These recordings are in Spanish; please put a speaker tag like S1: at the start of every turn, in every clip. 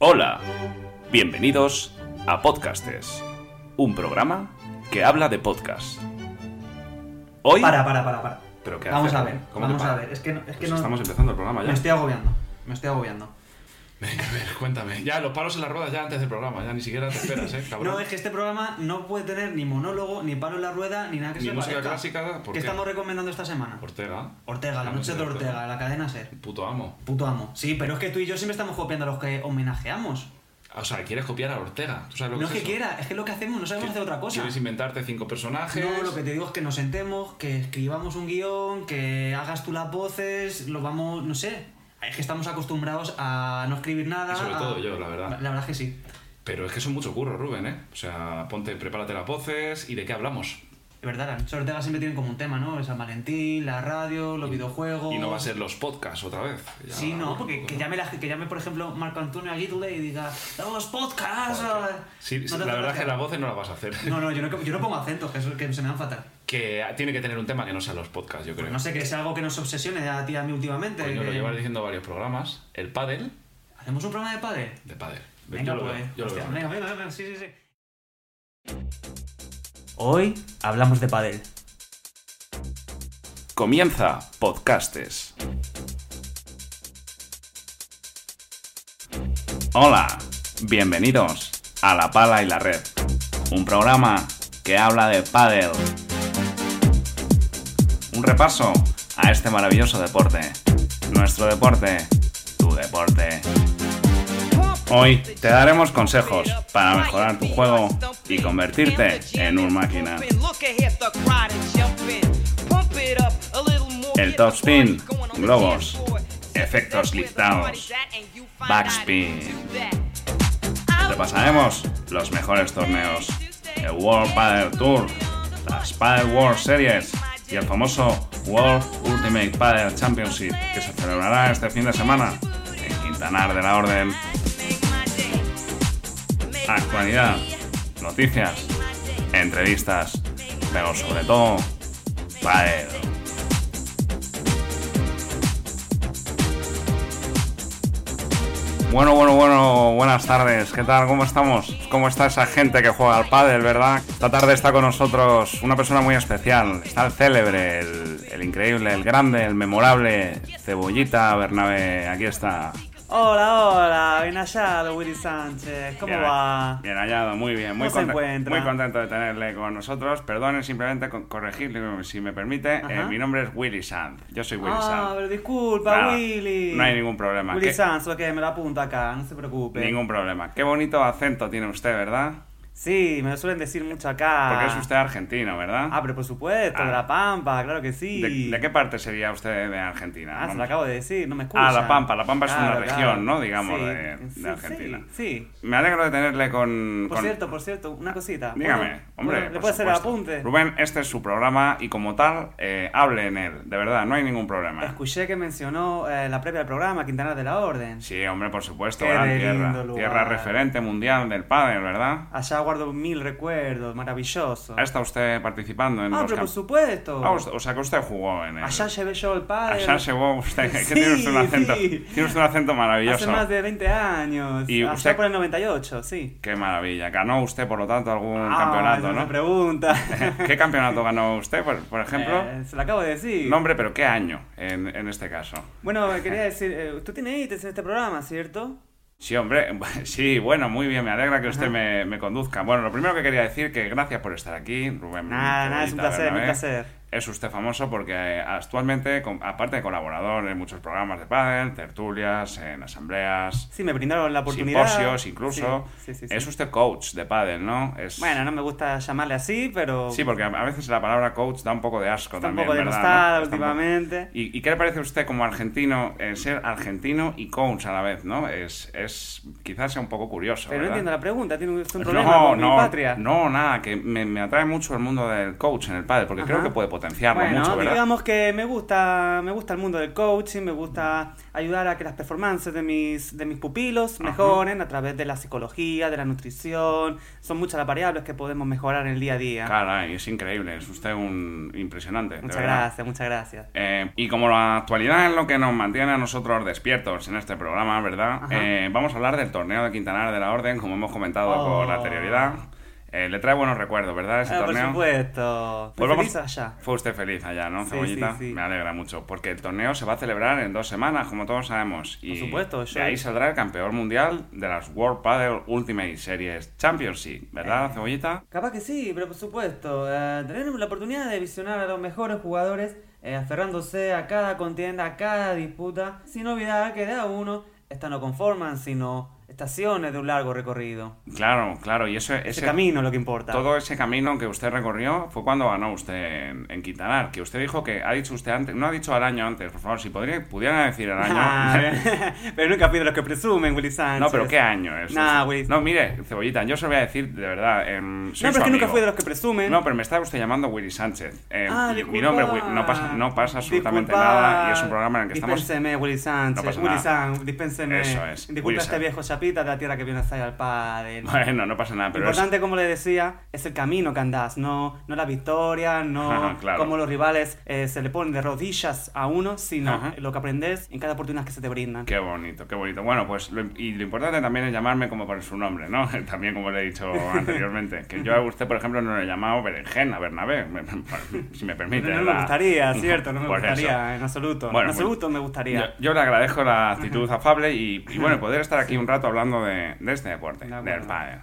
S1: Hola, bienvenidos a Podcastes, un programa que habla de podcast. Hoy.
S2: Para, para, para, para.
S1: ¿Pero qué
S2: Vamos
S1: haces?
S2: a ver,
S1: ¿Cómo te
S2: vamos a
S1: para?
S2: ver. Es que no, es que
S1: Pues
S2: no
S1: Estamos empezando el programa ya.
S2: me estoy agobiando, me estoy agobiando.
S3: Venga, a ver, cuéntame. Ya, los palos en las ruedas ya antes del programa, ya ni siquiera te esperas, ¿eh, cabrón?
S2: No, es que este programa no puede tener ni monólogo, ni palo en la rueda, ni nada que
S3: Ni
S2: se
S3: música
S2: parezca.
S3: clásica, ¿por
S2: ¿Qué
S3: qué?
S2: estamos recomendando esta semana?
S3: Ortega.
S2: Ortega, la noche de Ortega, la cadena Ser.
S3: Puto amo.
S2: Puto amo. Sí, pero es que tú y yo siempre estamos copiando a los que homenajeamos.
S3: O sea, quieres copiar a Ortega. ¿Tú sabes lo
S2: No es
S3: que
S2: que
S3: es eso?
S2: quiera, es que lo que hacemos no sabemos hacer otra cosa.
S3: Quieres inventarte cinco personajes.
S2: No, lo que te digo es que nos sentemos, que escribamos un guión, que hagas tú las voces, lo vamos, no sé. Es que estamos acostumbrados a no escribir nada.
S3: Y sobre
S2: a-
S3: todo yo, la verdad.
S2: La verdad es que sí.
S3: Pero es que son mucho curro, Rubén, ¿eh? O sea, ponte, prepárate las voces y de qué hablamos.
S2: Es verdad, las noches Ortega siempre tienen como un tema, ¿no? El San Valentín, la radio, los videojuegos.
S3: Y no va a ser los podcasts otra vez. Ya,
S2: Sí, no,
S3: bueno, pues
S2: porque
S3: bueno.
S2: que llame, la- que llame, por ejemplo, Marco Antonio Aguirre y diga, "Oh, los podcasts.
S3: Joder,
S2: ah".
S3: Sí,
S2: ¿No
S3: sí,
S2: te hace
S3: la verdad es
S2: gracia?
S3: que las voces no las vas a hacer.
S2: No, no, yo no, yo no pongo acentos, que, eso- que se me dan fatal.
S3: Que tiene que tener un tema que no sea los podcasts, yo creo.
S2: No sé, que sea algo que nos obsesione a ti y a mí últimamente.
S3: Coño, lo
S2: que-
S3: llevas diciendo varios programas. El pádel,
S2: ¿Hacemos un programa de padre?
S3: de pádel.
S2: Venga,
S3: yo lo
S2: pues.
S3: veo, yo lo
S2: hostia,
S3: veo.
S2: venga, venga, venga, sí, sí, sí. Hoy hablamos de pádel.
S1: Comienza Podcastes. Hola, bienvenidos a La Pala y la Red, un programa que habla de pádel. Un repaso a este maravilloso deporte. Nuestro deporte, tu deporte. Hoy te daremos consejos para mejorar tu juego y convertirte en un máquina.
S4: El topspin, globos, efectos liftados, backspin.
S1: Repasaremos los mejores torneos, el World Padel Tour, las Padel World Series y el famoso World Ultimate Padel Championship que se celebrará este fin de semana en Quintanar de la Orden. Actualidad, noticias, entrevistas, pero sobre todo, Padel. Bueno, bueno, bueno, buenas tardes. ¿Qué tal? ¿Cómo estamos? ¿Cómo está esa gente que juega al pádel, verdad? Esta tarde está con nosotros una persona muy especial. Está el célebre, el, el increíble, el grande, el memorable Cebollita Bernabé. Aquí está.
S5: Hola, hola, bien hallado, Willy Sánchez. ¿Cómo
S1: Bien-
S5: va?
S1: Bien hallado, muy bien. Muy,
S5: ¿Cómo se
S1: conten-
S5: encuentra?
S1: muy contento de tenerle con nosotros. Perdonen, simplemente con- corregirle, si me permite.
S5: Ajá.
S1: Eh, mi nombre es Willy Sanz. Yo soy Willy
S5: Ah,
S1: Sanz.
S5: pero disculpa,
S1: Nada,
S5: Willy.
S1: no hay ningún problema.
S5: Willy
S1: ¿Qué-
S5: Sanz, lo que me la apunta acá, no se preocupe.
S1: Ningún problema. Qué bonito acento tiene usted, ¿verdad?
S5: Sí, me lo suelen decir mucho acá.
S1: Porque es usted argentino, ¿verdad?
S5: Ah, pero por supuesto,
S1: Ah.
S5: de La Pampa, claro que sí.
S1: ¿De, de qué parte sería usted de Argentina?
S5: Ah, se
S1: Vamos.
S5: lo acabo de decir, no me escucha.
S1: Ah, La Pampa. La Pampa es una
S5: Claro,
S1: región,
S5: claro.
S1: ¿no? Digamos,
S5: Sí,
S1: de, de
S5: sí,
S1: Argentina.
S5: Sí, sí.
S1: Me alegro de tenerle con...
S5: Por
S1: con-
S5: cierto, por cierto, una cosita.
S1: Dígame,
S5: Bueno,
S1: hombre.
S5: bueno, ¿Le
S1: por
S5: puedo hacer el
S1: supuesto.
S5: apunte?
S1: Rubén, este es su programa y como tal, eh, hable en él. De verdad, no hay ningún problema.
S5: Escuché que mencionó eh, la previa del programa, Quintana de la Orden.
S1: Sí, hombre, por supuesto.
S5: Qué
S1: gran
S5: de
S1: tierra.
S5: lindo lugar.
S1: Tierra referente mundial del pádel, ¿verdad?
S5: Allá guardo mil recuerdos, maravilloso.
S1: ¿Ha estado usted participando en
S5: Ah,
S1: los
S5: pero por
S1: camp-
S5: supuesto.
S1: Ah, usted- o sea, que usted jugó en el...
S5: Allá llevé yo el padre.
S1: Allá llegó usted. Que
S5: Sí,
S1: tiene usted un acento,
S5: sí.
S1: tiene usted un acento maravilloso.
S5: Hace más de 20 años.
S1: Y
S5: Allá
S1: usted-
S5: por el 98, sí.
S1: Qué maravilla. Ganó usted, por lo tanto, algún
S5: Ah,
S1: campeonato,
S5: esa
S1: ¿no?
S5: Me pregunta.
S1: ¿Qué campeonato ganó usted, por, por ejemplo?
S5: Eh, se lo acabo de decir.
S1: Nombre, pero ¿qué año en, en este caso?
S5: Bueno, quería decir, eh, tú tienes ítems en este programa, ¿cierto?
S1: Sí, hombre, sí, bueno, muy bien, me alegra que usted me, me conduzca. Bueno, lo primero que quería decir que gracias por estar aquí, Rubén.
S5: Nada, nada, es un
S1: Cebollita
S5: placer, un
S1: Bernabé.
S5: placer.
S1: es usted famoso porque eh, actualmente, com- aparte de colaborador en muchos programas de pádel, tertulias, en asambleas,
S5: Sí, me brindaron la oportunidad.
S1: simposios incluso,
S5: Sí, sí, sí, sí.
S1: es usted coach de pádel, ¿no? Es-
S5: Bueno, no me gusta llamarle así, pero.
S1: Sí, porque a- a veces la palabra coach da un poco de asco
S5: Está un
S1: también,
S5: poco
S1: ¿verdad?
S5: denostada
S1: ¿no? Está un poco-
S5: últimamente.
S1: ¿Y, y qué le parece a usted como argentino eh, ser argentino y coach a la vez, no? Es, es quizás sea un poco curioso,
S5: Pero no
S1: ¿verdad?
S5: entiendo la pregunta, tiene un, es un
S1: No,
S5: problema con
S1: no,
S5: mi patria.
S1: no, nada, que me, me atrae mucho el mundo del coach en el padre, porque creo
S5: Ajá.
S1: que puede potenciarlo
S5: bueno,
S1: mucho, ¿verdad?
S5: digamos que me gusta, me gusta el mundo del coaching, me gusta ayudar a que las performances de mis, de mis pupilos mejoren a través de la psicología, de la nutrición. Son muchas las variables que podemos mejorar en el día a día.
S1: Caray, es increíble, es usted un impresionante. de
S5: muchas
S1: verdad.
S5: gracias, muchas gracias.
S1: Eh, y como la actualidad es lo que nos mantiene a nosotros despiertos en este programa, ¿verdad?
S5: Ajá.
S1: Eh, vamos a hablar del torneo de Quintanar de la Orden, como hemos comentado
S5: Oh.
S1: con anterioridad. Eh, le trae buenos recuerdos, ¿verdad? Ese
S5: Ah, por
S1: torneo.
S5: supuesto. Fui
S1: Pues vamos-
S5: feliz allá.
S1: Fue usted feliz allá, ¿no,
S5: Sí,
S1: Cebollita?
S5: sí, sí.
S1: Me alegra mucho, porque el torneo se va a celebrar en dos semanas, como todos sabemos. Y
S5: Por supuesto,
S1: de
S5: yo-
S1: ahí saldrá el campeón mundial de las World Padel Ultimate Series Championship,
S5: Eh.
S1: ¿verdad, Cebollita?
S5: Capaz que sí, pero por supuesto. eh, tener la oportunidad de visionar a los mejores jugadores eh, aferrándose a cada contienda, a cada disputa, sin olvidar que de a uno estas no conforman, sino estaciones de un largo recorrido.
S1: Claro, claro, y eso
S5: Ese
S1: ese
S5: camino es lo que importa.
S1: Eh, Todo ese camino que usted recorrió fue cuando ganó usted en, en Quintanar, que usted dijo que ha dicho usted antes, no ha dicho al año antes, por favor, si podría, pudiera decir al año.
S5: pero nunca pido los que presumen, Willy Sánchez.
S1: no, pero ¿qué año es?
S5: Nah, güey.
S1: no, mire, cebollita, yo se lo voy a decir de verdad. em, soy
S5: No,
S1: su
S5: pero es que nunca
S1: amigo.
S5: fui de los que presumen.
S1: No, pero me está usted llamando Willy Sánchez. Em,
S5: Ah,
S1: y- mi
S5: disculpa.
S1: nombre es Willy- no pasa, no pasa absolutamente
S5: Disculpa.
S1: nada y es un programa en el que estamos
S5: Dispénseme, Willy Sánchez.
S1: No pasa
S5: Willy
S1: nada.
S5: Sánchez, dispénseme.
S1: Eso es,
S5: Disculpa
S1: Willy
S5: a este
S1: Sánchez.
S5: viejo chapita de la tierra que viene a salir al padre.
S1: Bueno, no pasa nada,
S5: Lo
S1: pero es-
S5: importante, como le decía, es el camino que andás, no, no la victoria, no
S1: Ajá, claro.
S5: cómo los rivales eh, se le ponen de rodillas a uno, sino
S1: Ajá.
S5: lo que aprendés en cada oportunidad que se te brindan.
S1: Qué bonito, qué bonito. Bueno, pues lo, y lo importante también es llamarme como por su nombre, ¿no? También como le he dicho anteriormente. Que yo a usted, por ejemplo, no lo he llamado Berenjena, Bernabé, me- me- si me
S5: No,
S1: permite.
S5: no
S1: la-
S5: me gustaría, cierto, no me
S1: Por eso.
S5: gustaría, en
S1: Bueno,
S5: absoluto. en
S1: bueno.
S5: absoluto me gustaría.
S1: Yo, yo le agradezco la actitud afable y, y, bueno, poder estar aquí un rato hablando de, de este deporte,
S5: De acuerdo.
S1: del pádel.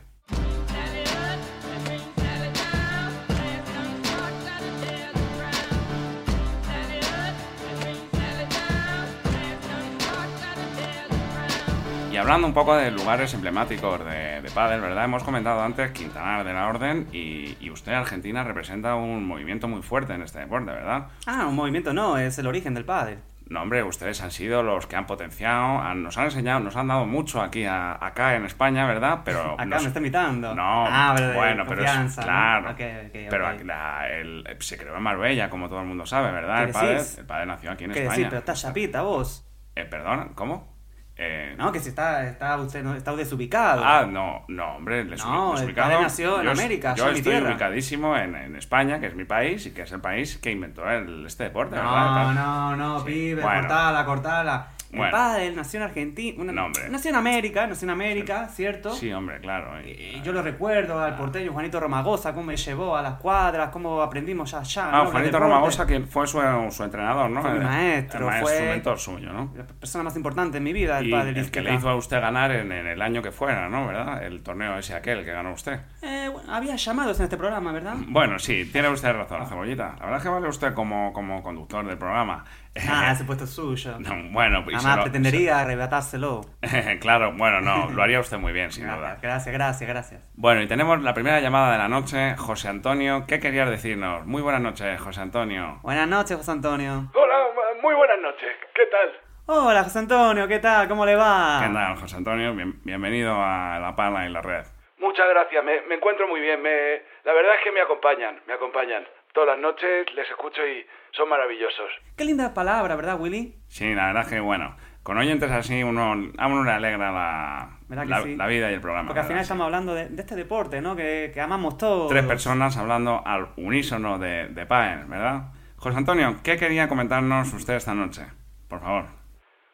S1: Y hablando un poco de lugares emblemáticos de, de pádel, ¿verdad? Hemos comentado antes Quintanar de la Orden y, y usted, Argentina, representa un movimiento muy fuerte en este deporte, ¿verdad?
S5: Ah, un movimiento no, es el origen del padre.
S1: No, hombre, ustedes han sido los que han potenciado, han- nos han enseñado, nos han dado mucho aquí, a- acá en España, ¿verdad? Pero
S5: Acá
S1: nos-
S5: me está invitando.
S1: No,
S5: Ah, pero de
S1: bueno, pero es-
S5: confianza, ¿no?
S1: claro.
S5: Ok, ok, ok.
S1: Pero aquí la- el- se creó en Marbella, como todo el mundo sabe, ¿verdad?
S5: ¿Qué
S1: El padre,
S5: decís?
S1: el padre nació aquí en
S5: ¿Qué
S1: España.
S5: decir? Pero está chapita vos.
S1: Eh, perdón, ¿cómo? Eh,
S5: No, que si está, está usted no, está desubicado.
S1: Ah, no, no, hombre, les
S5: No,
S1: les
S5: el
S1: ubicado.
S5: padre nació en
S1: Yo es-
S5: América,
S1: Yo
S5: soy mi
S1: estoy
S5: tierra.
S1: ubicadísimo en, en España, que es mi país y que es el país que inventó el- este deporte, ¿verdad? El
S5: No,
S1: padre.
S5: no, no,
S1: Sí,
S5: pibe,
S1: bueno.
S5: cortala, cortala. El
S1: Bueno.
S5: pádel nació en Argentina. una-
S1: No, hombre.
S5: nació en América, nació en América, ¿cierto?
S1: Sí, Ah. hombre, claro. y-
S5: Y yo lo recuerdo al porteño Juanito Romagosa, cómo me llevó a las cuadras, cómo aprendimos allá.
S1: Ah,
S5: ¿no?
S1: Juanito
S5: Del
S1: Romagosa,
S5: deporte.
S1: que fue su, su entrenador, ¿no?
S5: Fue mi
S1: El-
S5: maestro,
S1: el maestro
S5: fue-
S1: mentor suyo, ¿no?
S5: La persona más importante en mi vida, el
S1: Y
S5: pádel.
S1: el que le hizo a usted ganar en, en el año que fuera, ¿no? ¿Verdad? El torneo ese aquel que ganó usted.
S5: Eh, bueno, había llamados en este programa, ¿verdad?
S1: Bueno, sí, tiene usted
S5: Ah.
S1: razón, Cebollita. La verdad es que vale usted como, como conductor del programa.
S5: Ah, ese puesto es suyo.
S1: No, bueno, y se
S5: Además,
S1: lo-
S5: pretendería arrebatárselo.
S1: se- claro, bueno, no, lo haría usted muy bien, sin duda.
S5: Gracias, gracias, gracias, gracias.
S1: Bueno, y tenemos la primera llamada de la noche, José Antonio. ¿Qué querías decirnos? Muy buenas noches, José Antonio.
S5: Buenas noches, José Antonio.
S6: Hola, muy buenas noches. ¿Qué tal?
S5: Hola, José Antonio, ¿qué tal? ¿Cómo le va?
S1: ¿Qué tal, José Antonio? Bien- bienvenido a La Pala y la Red.
S6: Muchas gracias, me, me encuentro muy bien. Me, la verdad es que me acompañan, me acompañan. Todas las noches les escucho y son maravillosos.
S5: Qué linda palabra, ¿verdad, Willy?
S1: Sí, la verdad es que, bueno, con oyentes así uno, a uno le alegra la,
S5: ¿Verdad que
S1: la-
S5: sí?
S1: la vida y el programa.
S5: Porque al final
S1: ¿verdad?
S5: estamos hablando de, de este deporte, ¿no? Que, que amamos todos.
S1: Tres personas hablando al unísono de, de Paen, ¿verdad? José Antonio, ¿qué quería comentarnos usted esta noche? Por favor.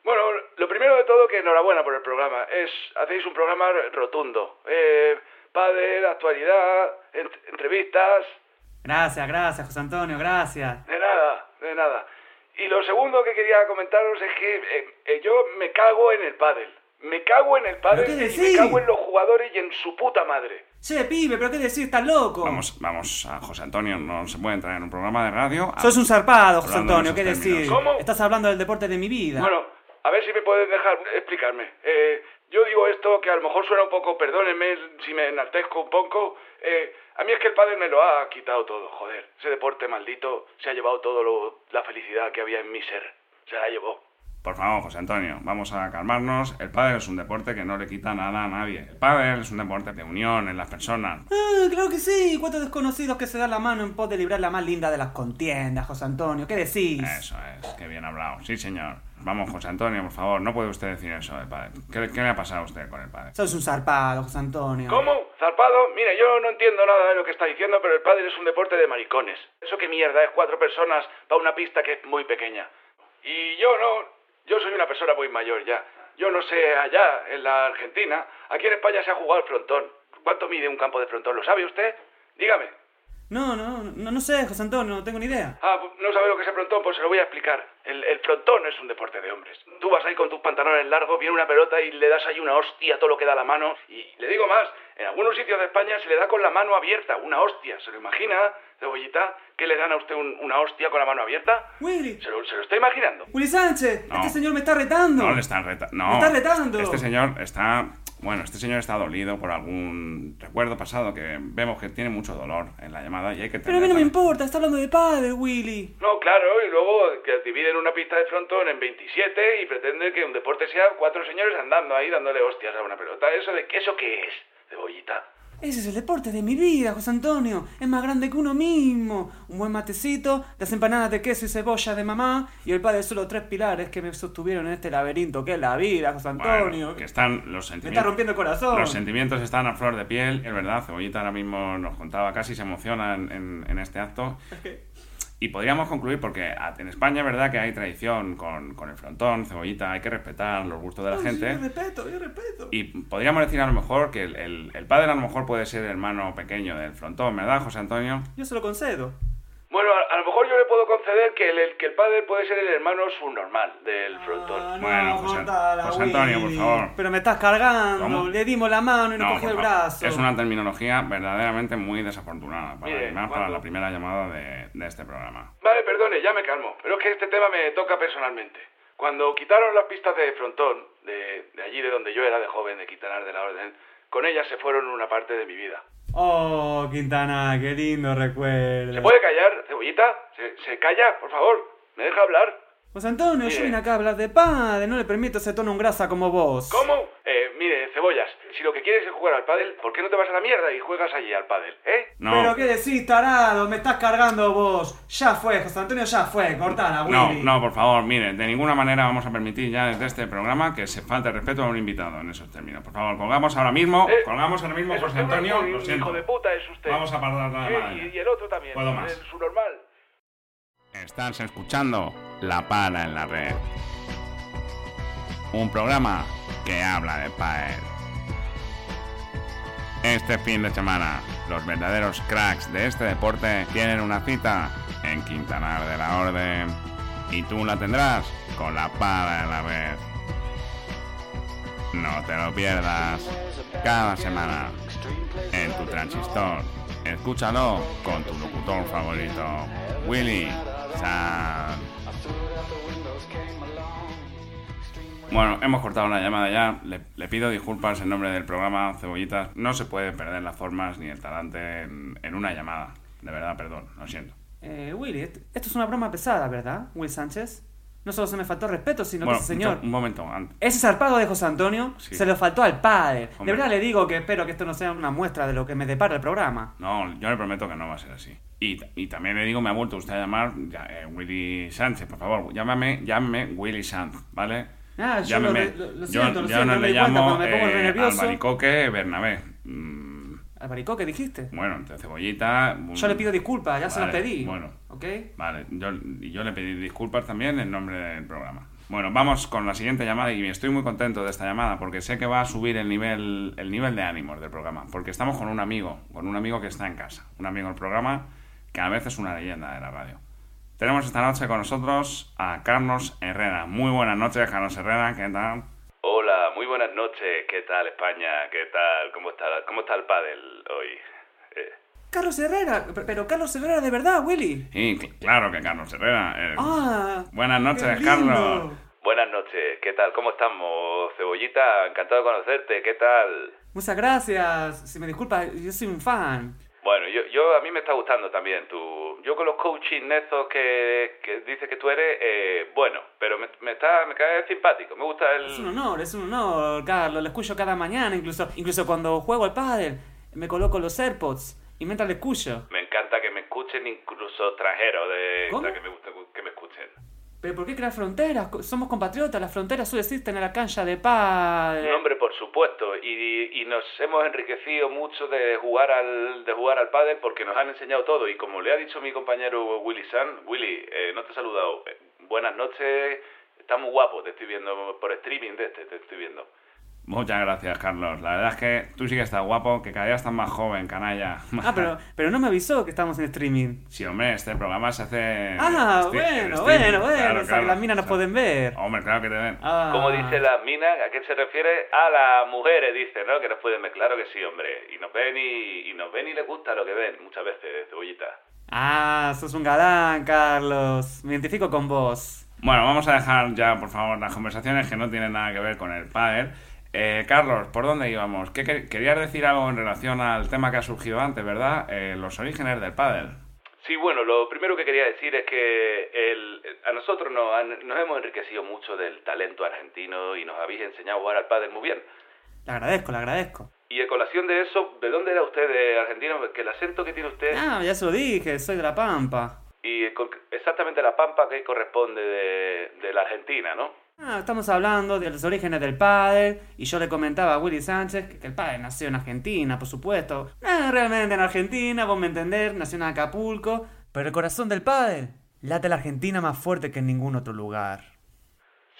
S6: Bueno, lo primero de todo que enhorabuena por el programa. Es hacéis un programa rotundo. Eh, pádel, actualidad, ent- entrevistas,
S5: Gracias, gracias, José Antonio, gracias.
S6: De nada, de nada. Y lo segundo que quería comentaros es que eh, eh, yo me cago en el pádel. Me cago en el padre
S5: ¿Pero qué
S6: y me
S5: decís?
S6: cago en los jugadores y en su puta madre.
S5: Che, pibe, pero qué decís, estás loco.
S1: Vamos, vamos a José Antonio, no se puede entrar en un programa de radio. a-
S5: Sos un zarpado, José
S1: Hablando en
S5: Antonio, qué
S1: esos
S5: decís.
S1: términos.
S6: ¿Cómo?
S5: Estás hablando del deporte de mi vida.
S6: Bueno, a ver si me puedes dejar explicarme. Eh, yo digo esto que a lo mejor suena un poco, perdónenme si me enaltezco un poco. eh, a mí es que el padre me lo ha quitado todo, joder. Ese deporte maldito se ha llevado todo lo- la felicidad que había en mi ser. Se la llevó.
S1: Por favor, José Antonio, vamos a calmarnos. El pádel es un deporte que no le quita nada a nadie. El pádel es un deporte de unión en las personas.
S5: Ah, claro que sí. Cuatro desconocidos que se dan la mano en pos de librar la más linda de las contiendas, José Antonio. ¿Qué decís?
S1: Eso es, qué bien hablado. Sí, señor. Vamos, José Antonio, por favor, no puede usted decir eso del pádel. ¿Qué, qué le ha pasado a usted con el pádel?
S5: Sos un zarpado, José Antonio.
S6: ¿Cómo? ¿Zarpado? Mira, yo no entiendo nada de lo que está diciendo, pero el pádel es un deporte de maricones. Eso que mierda es cuatro personas para una pista que es muy pequeña. Y yo no, yo soy una persona muy mayor ya. Yo no sé allá, en la Argentina, aquí en España se ha jugado el frontón. ¿Cuánto mide un campo de frontón? ¿Lo sabe usted? Dígame.
S5: No, no, no, no sé, José Antonio, no tengo ni idea.
S6: Ah, pues, no sabe lo que es el frontón, pues se lo voy a explicar. El, el frontón es un deporte de hombres. Tú vas ahí con tus pantalones largos, viene una pelota y le das ahí una hostia a todo lo que da la mano. Y le digo más, en algunos sitios de España se le da con la mano abierta, una hostia. ¿Se lo imagina, cebollita, que le dan a usted un- una hostia con la mano abierta?
S5: Willy,
S6: ¿Se lo, se lo está imaginando?
S5: Willy Sánchez,
S1: No.
S5: este señor me está retando.
S1: No le están retando. No.
S5: Me están retando.
S1: Este señor está. Bueno, este señor está dolido por algún recuerdo pasado que vemos que tiene mucho dolor en la llamada y hay que
S5: Pero a mí no me
S1: tener-
S5: importa, está hablando de padre, Willy.
S6: No, claro, y luego que dividen una pista de frontón en 27 y pretenden que un deporte sea cuatro señores andando ahí dándole hostias a una pelota. ¿Eso de eso qué es, cebollita?
S5: Ese es el deporte de mi vida, José Antonio. Es más grande que uno mismo. Un buen matecito, las empanadas de queso y cebolla de mamá y el padre solo tres pilares que me sostuvieron en este laberinto que es la vida, José
S1: Bueno,
S5: Antonio.
S1: que están los
S5: me está
S1: sentimientos.
S5: rompiendo el corazón.
S1: Los sentimientos están a flor de piel, es verdad. Cebollita ahora mismo nos contaba, casi se emociona en, en- en este acto. Y podríamos concluir porque a- en España es verdad que hay tradición con, con el frontón, cebollita, hay que respetar los gustos de la
S5: Ay,
S1: gente. ¿eh?
S5: Yo respeto, yo respeto.
S1: Y podríamos decir a lo mejor que el, el, el pádel a lo mejor puede ser el hermano pequeño del frontón, ¿verdad, José Antonio?
S5: Yo se lo concedo.
S6: Bueno, a, a lo mejor yo le puedo conceder que el, que el padre puede ser el hermano subnormal del
S5: Ah,
S6: frontón.
S1: Bueno, José-
S5: cortala,
S1: José Antonio, por
S5: Willy.
S1: favor.
S5: Pero me estás cargando,
S1: ¿Cómo?
S5: le dimos la mano y no, cogió
S1: por
S5: el
S1: favor.
S5: brazo.
S1: Es una terminología verdaderamente muy desafortunada para,
S6: Mire,
S1: y más para
S6: cuando-
S1: la primera llamada de, de este programa.
S6: Vale, perdone, ya me calmo, pero es que este tema me toca personalmente. Cuando quitaron las pistas de frontón, de, de allí de donde yo era de joven, de Quintanar de la Orden, con ellas se fueron una parte de mi vida.
S5: Oh, Quintana, qué lindo recuerdo.
S6: ¿Se puede callar, cebollita? ¿Se, se calla, por favor? ¿Me deja hablar?
S5: José Antonio, yo
S6: Mire.
S5: vine acá a hablar de padre, no le permito ese tono un grasa como vos.
S6: ¿Cómo? Eh, mire, cebollas, si lo que quieres es jugar al pádel, ¿por qué no te vas a la mierda y juegas allí al pádel, eh?
S1: No,
S5: Pero qué decís, tarado, me estás cargando vos. Ya fue, José Antonio, ya fue, cortala,
S1: no,
S5: Willy.
S1: no, por favor, mire, de ninguna manera vamos a permitir ya desde este programa que se falte el respeto a un invitado en esos términos. Por favor, colgamos ahora mismo,
S6: Eh,
S1: colgamos ahora mismo,
S6: es
S1: José
S6: usted un
S1: Antonio,
S6: hijo de-
S1: lo
S6: un
S1: siento.
S6: hijo de puta es usted.
S1: Vamos a parar la llamada.
S6: Eh, Y, y el otro también,
S1: Puedo más.
S6: el subnormal.
S1: Estás escuchando La Pala en la Red. Un programa que habla de pádel. Este fin de semana, los verdaderos cracks de este deporte tienen una cita en Quintanar de la Orden. Y tú la tendrás con La Pala en la Red. No te lo pierdas. Cada semana en tu transistor. Escúchalo con tu locutor favorito, Willy San. Bueno, hemos cortado la llamada ya. Le, le pido disculpas en nombre del programa Cebollitas. No se puede perder las formas ni el talante en, en una llamada. De verdad, perdón, lo siento.
S5: Eh, Willy, esto, esto es una broma pesada, ¿verdad, Will Sánchez? No solo se me faltó respeto, sino
S1: bueno,
S5: que ese señor...
S1: Un momento antes.
S5: Ese zarpado de José Antonio
S1: Sí.
S5: se lo faltó al padre.
S1: Hombre.
S5: De verdad le digo que espero que esto no sea una muestra de lo que me depara el programa.
S1: No, yo le prometo que no va a ser así. Y, y también le digo, me ha vuelto usted a llamar ya, eh, Willy Sánchez, por favor, llámame, llámeme Willy Sánchez, ¿vale?
S5: Ah, yo
S1: Llámeme.
S5: lo- lo- lo
S1: Yo-
S5: siento, lo
S1: yo no
S5: siento, no me
S1: le
S5: di cuenta,
S1: llamo
S5: pero me pongo
S1: eh,
S5: nervioso.
S1: Albaricoque Bernabé. Mm,
S5: Albaricoque, dijiste.
S1: bueno, entre cebollita.
S5: Yo le pido disculpas, ya se las
S1: Vale,
S5: pedí.
S1: bueno.
S5: ¿Ok?
S1: Vale, yo, y yo le pedí disculpas también en nombre del programa. Bueno, vamos con la siguiente llamada y estoy muy contento de esta llamada porque sé que va a subir el nivel, el nivel de ánimos del programa. Porque estamos con un amigo, con un amigo que está en casa, un amigo del programa que a veces es una leyenda de la radio. Tenemos esta noche con nosotros a Carlos Herrera. Muy buenas noches, Carlos Herrera, ¿qué tal?
S6: Hola, muy buenas noches. ¿Qué tal España? ¿Qué tal? ¿Cómo está, cómo está el pádel hoy? Eh,
S5: Carlos Herrera, pero- pero Carlos Herrera de verdad, Willy.
S1: Y cl- claro que Carlos Herrera. eh,
S5: Ah,
S1: Buenas noches,
S5: qué lindo.
S1: Carlos.
S6: buenas noches. ¿Qué tal? ¿Cómo estamos? Cebollita, encantado de conocerte. ¿Qué tal?
S5: Muchas gracias. Si me disculpas, yo soy un fan.
S6: Bueno, yo, yo a mí me está gustando también tu... Yo con los coaching esos que, que dices que tú eres, eh, bueno, pero me, me está, me cae simpático. Me gusta el...
S5: Es un honor, es un honor, Carlos. Lo escucho cada mañana, incluso, incluso cuando juego al pádel. Me coloco los AirPods y mientras lo escucho.
S6: Me encanta que me escuchen incluso extranjeros, de
S5: ¿Cómo?
S6: de que me gusta que me escuchen.
S5: ¿Pero por qué crear fronteras? Co- Somos compatriotas, las fronteras solo existen en la cancha de pádel.
S6: No, hombre, por supuesto, y, y nos hemos enriquecido mucho de jugar al de jugar al pádel porque nos han enseñado todo y como le ha dicho mi compañero Willy San, Willy, eh, no te he saludado. Eh, buenas noches, estás muy guapo, te estoy viendo por streaming de este, te estoy viendo.
S1: Muchas gracias, Carlos. La verdad es que tú sí que estás guapo, que cada día estás más joven, canalla.
S5: Ah, pero, pero no me avisó que estamos en streaming.
S1: Sí, hombre, este programa se hace...
S5: Ah,
S1: esti-
S5: bueno,
S1: streaming, claro,
S5: bueno, bueno.
S1: Oh.
S5: o sea, que
S1: claro.
S5: las minas nos
S1: O sea,
S5: pueden ver.
S1: Hombre, claro que te ven.
S5: Ah.
S6: Como dice las minas, ¿a qué se refiere? A las mujeres, dice, ¿no? Que nos pueden ver, claro que sí, hombre. Y nos ven y, y nos ven y les gusta lo que ven muchas veces, cebollita.
S5: Ah, sos un galán, Carlos. Me identifico con vos.
S1: Bueno, vamos a dejar ya, por favor, las conversaciones que no tienen nada que ver con el pádel. Eh, Carlos, ¿por dónde íbamos? ¿Qué, qué- querías decir algo en relación al tema que ha surgido antes, ¿verdad? Eh, los orígenes del pádel.
S6: Sí, bueno, lo primero que quería decir es que el, a nosotros nos, han- nos hemos enriquecido mucho del talento argentino y nos habéis enseñado a jugar al pádel muy bien.
S5: Le agradezco, le agradezco.
S6: Y a colación de eso, ¿de dónde era usted de argentino? Que el acento que tiene usted
S5: Ah, ya se lo dije, soy de La Pampa.
S6: y con- exactamente la pampa que corresponde de, de la Argentina, ¿no?
S5: Ah, estamos hablando de los orígenes del pádel y yo le comentaba a Willy Sánchez que, que el pádel nació en Argentina, por supuesto. Ah, realmente en Argentina, vos me entendés, nació en Acapulco, pero el corazón del pádel late en la Argentina más fuerte que en ningún otro lugar.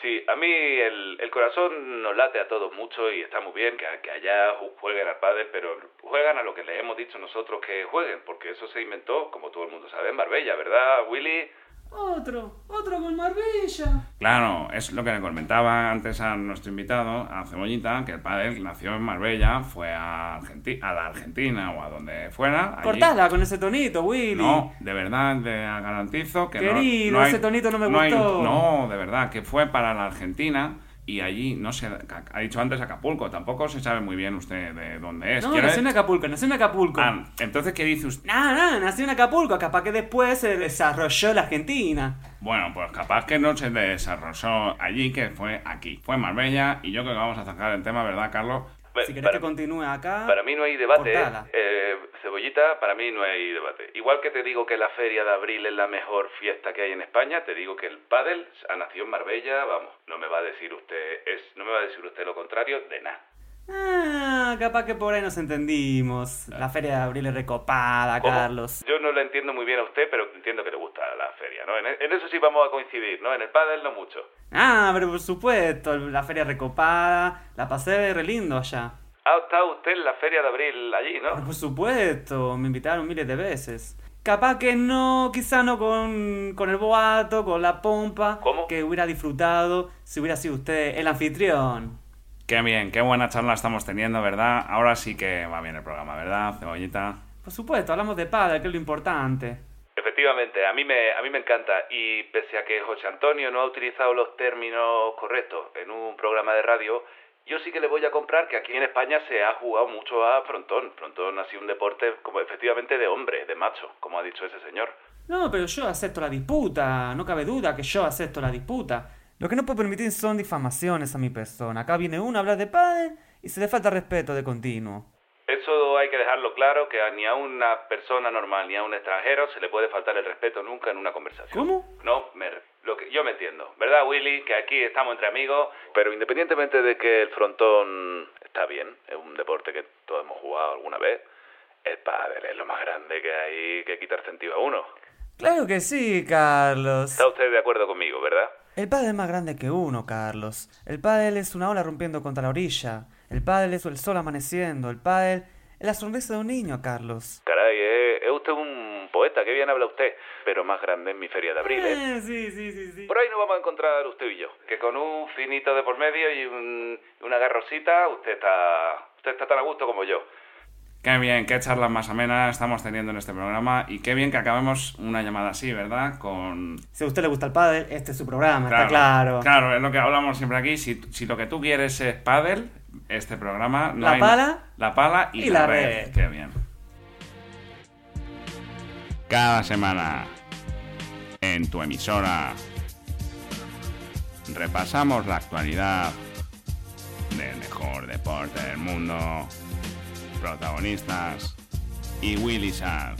S6: Sí, a mí el, el corazón nos late a todos mucho y está muy bien que, que allá ju- jueguen al pádel, pero juegan a lo que les hemos dicho nosotros que jueguen, porque eso se inventó, como todo el mundo sabe, en Marbella, ¿verdad, Willy?
S5: Otro, otro con Marbella.
S1: Claro, es lo que le comentaba antes a nuestro invitado, a Cebollita, que el pádel nació en Marbella, fue a, Argenti- a la Argentina o a donde fuera. allí-
S5: Cortala con ese tonito, Willy.
S1: No, de verdad, te garantizo que no-
S5: Querido,
S1: no. hay-
S5: ese tonito no me
S1: hay-
S5: gustó.
S1: no, de verdad, que fue para la Argentina y allí, no sé, ca- ha dicho antes Acapulco, tampoco se sabe muy bien usted de dónde es.
S5: No,
S1: Quiero
S5: nació en
S1: decir-
S5: Acapulco, nació en Acapulco.
S1: Ah, entonces, ¿qué dice usted?
S5: Nada, nada, nació en Acapulco, capaz que después se desarrolló la Argentina.
S1: Bueno, pues capaz que no se desarrolló allí, que fue aquí. Fue en Marbella y yo creo que vamos a sacar el tema, ¿verdad, Carlos?
S5: si querés
S6: Para-
S5: que continúe acá.
S6: Para mí no hay debate, ¿eh?
S5: Cortala.
S6: Eh, Cebollita, para mí no hay debate. Igual que te digo que la Feria de Abril es la mejor fiesta que hay en España, te digo que el pádel ha nacido en Marbella, vamos, no me va a decir usted, es, no me va a decir usted lo contrario de nada.
S5: Ah, capaz que por ahí nos entendimos. La feria de abril es recopada,
S6: ¿Cómo?
S5: Carlos.
S6: Yo no la entiendo muy bien a usted, pero entiendo que le gusta la feria, ¿no? En, en eso sí vamos a coincidir, ¿no? En el pádel no mucho.
S5: Ah, pero por supuesto, la feria recopada. La pasé re lindo allá.
S6: Ha estado usted en la Feria de Abril allí,
S5: Pero
S6: ¿no?
S5: por supuesto, me invitaron miles de veces. Capaz que no, quizá no con, con el boato, con la pompa
S6: ¿Cómo?
S5: que hubiera disfrutado si hubiera sido usted el anfitrión.
S1: Qué bien, qué buena charla estamos teniendo, ¿verdad? Ahora sí que va bien el programa, ¿verdad, Cebollita?
S5: Por supuesto, hablamos de padre, que es lo importante.
S6: Efectivamente, a mí, me, a mí me encanta y pese a que José Antonio no ha utilizado los términos correctos en un programa de radio, yo sí que le voy a comprar que aquí en España se ha jugado mucho a frontón. Frontón ha sido un deporte como efectivamente de hombre, de macho, como ha dicho ese señor.
S5: No, pero yo acepto la disputa, no cabe duda que yo acepto la disputa. Lo que no puedo permitir son difamaciones a mi persona. Acá viene uno a hablar de padre y se le falta respeto de continuo.
S6: Eso hay que dejarlo claro, que a- ni a una persona normal ni a un extranjero se le puede faltar el respeto nunca en una conversación.
S5: ¿Cómo?
S6: No, me, lo que, yo me entiendo, ¿verdad Willy? Que aquí estamos entre amigos. Pero independientemente de que el frontón está bien, es un deporte que todos hemos jugado alguna vez, el pádel es lo más grande que hay que quitar sentido a uno.
S5: Claro que sí, Carlos.
S6: ¿Está usted de acuerdo conmigo, verdad?
S5: El pádel es más grande que uno, Carlos. El pádel es una ola rompiendo contra la orilla. El pádel es el sol amaneciendo. El pádel es la sonrisa de un niño, Carlos.
S6: Caray, eh, es, es usted un poeta. poeta, qué bien habla usted. Pero más grande en mi feria de abril, ¿eh?
S5: Eh, sí, sí, sí, sí.
S6: Por ahí nos vamos a encontrar usted y yo. Que con un finito de por medio y un- una garrosita, usted está, usted está tan a gusto como yo.
S1: Qué bien, qué charlas más amenas estamos teniendo en este programa y qué bien que acabemos una llamada así, ¿verdad? Con...
S5: Si a usted le gusta el pádel, este es su programa, está claro.
S1: Claro, es lo que hablamos siempre aquí. Si, si lo que tú quieres es pádel, este programa... no
S5: La
S1: hay-
S5: pala.
S1: La pala y,
S5: Y
S1: la,
S5: la
S1: red.
S5: red.
S1: Qué bien. Cada semana, en tu emisora, repasamos la actualidad del mejor deporte del mundo, protagonistas y Willy Sad.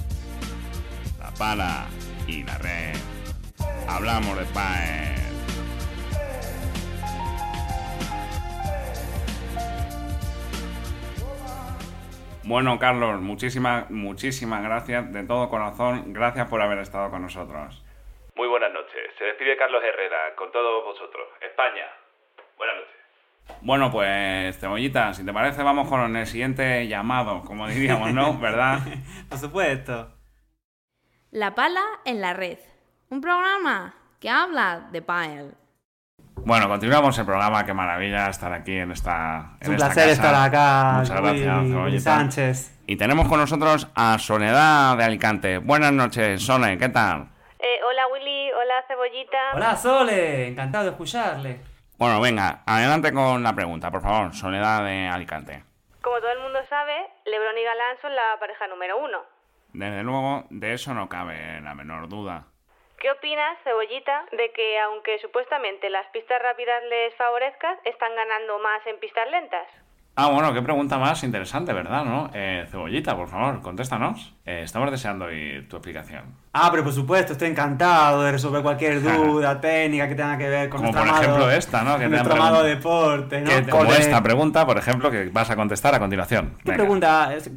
S1: La pala y la red. Hablamos de pádel. Bueno, Carlos, muchísimas, muchísimas gracias de todo corazón. Gracias por haber estado con nosotros.
S6: Muy buenas noches. Se despide Carlos Herrera, con todos vosotros. España. Buenas noches.
S1: Bueno, pues, Cebollita, si te parece, vamos con el siguiente llamado, como diríamos, ¿no? ¿Verdad?
S5: Por supuesto.
S7: La pala en la red. Un programa que habla de pádel.
S1: Bueno, continuamos el programa. Qué maravilla estar aquí en esta.
S5: Es
S1: en
S5: un
S1: esta
S5: placer
S1: casa.
S5: estar acá.
S1: Muchas
S5: Willy,
S1: gracias,
S5: Willy
S1: Cebollita.
S5: Sánchez.
S1: Y tenemos con nosotros a Soledad de Alicante. Buenas noches, Sole, ¿qué tal?
S8: Eh, hola Willy, hola Cebollita.
S5: Hola, Sole. Encantado de escucharle.
S1: Bueno, venga, adelante con la pregunta, por favor, Soledad de Alicante.
S8: Como todo el mundo sabe, Lebron y Galán son la pareja número uno.
S1: Desde luego, de eso no cabe la menor duda.
S8: ¿Qué opinas, Cebollita, de que aunque supuestamente las pistas rápidas les favorezcan, están ganando más en pistas lentas?
S1: Ah, bueno, qué pregunta más interesante, ¿verdad? ¿No? Eh, Cebollita, por favor, contéstanos. Eh, estamos deseando oír tu explicación.
S5: Ah, pero por supuesto, estoy encantado de resolver cualquier duda técnica que tenga que ver con
S1: Como
S5: nuestro
S1: por
S5: amado-
S1: ejemplo esta, ¿no? Que te han
S5: nuestro amado
S1: preguntado.
S5: deporte, ¿no?
S1: Que-
S5: Con
S1: como
S5: el-
S1: esta pregunta, por ejemplo, que vas a contestar a continuación.
S5: ¿Qué
S1: Venga.
S5: pregunta? Es-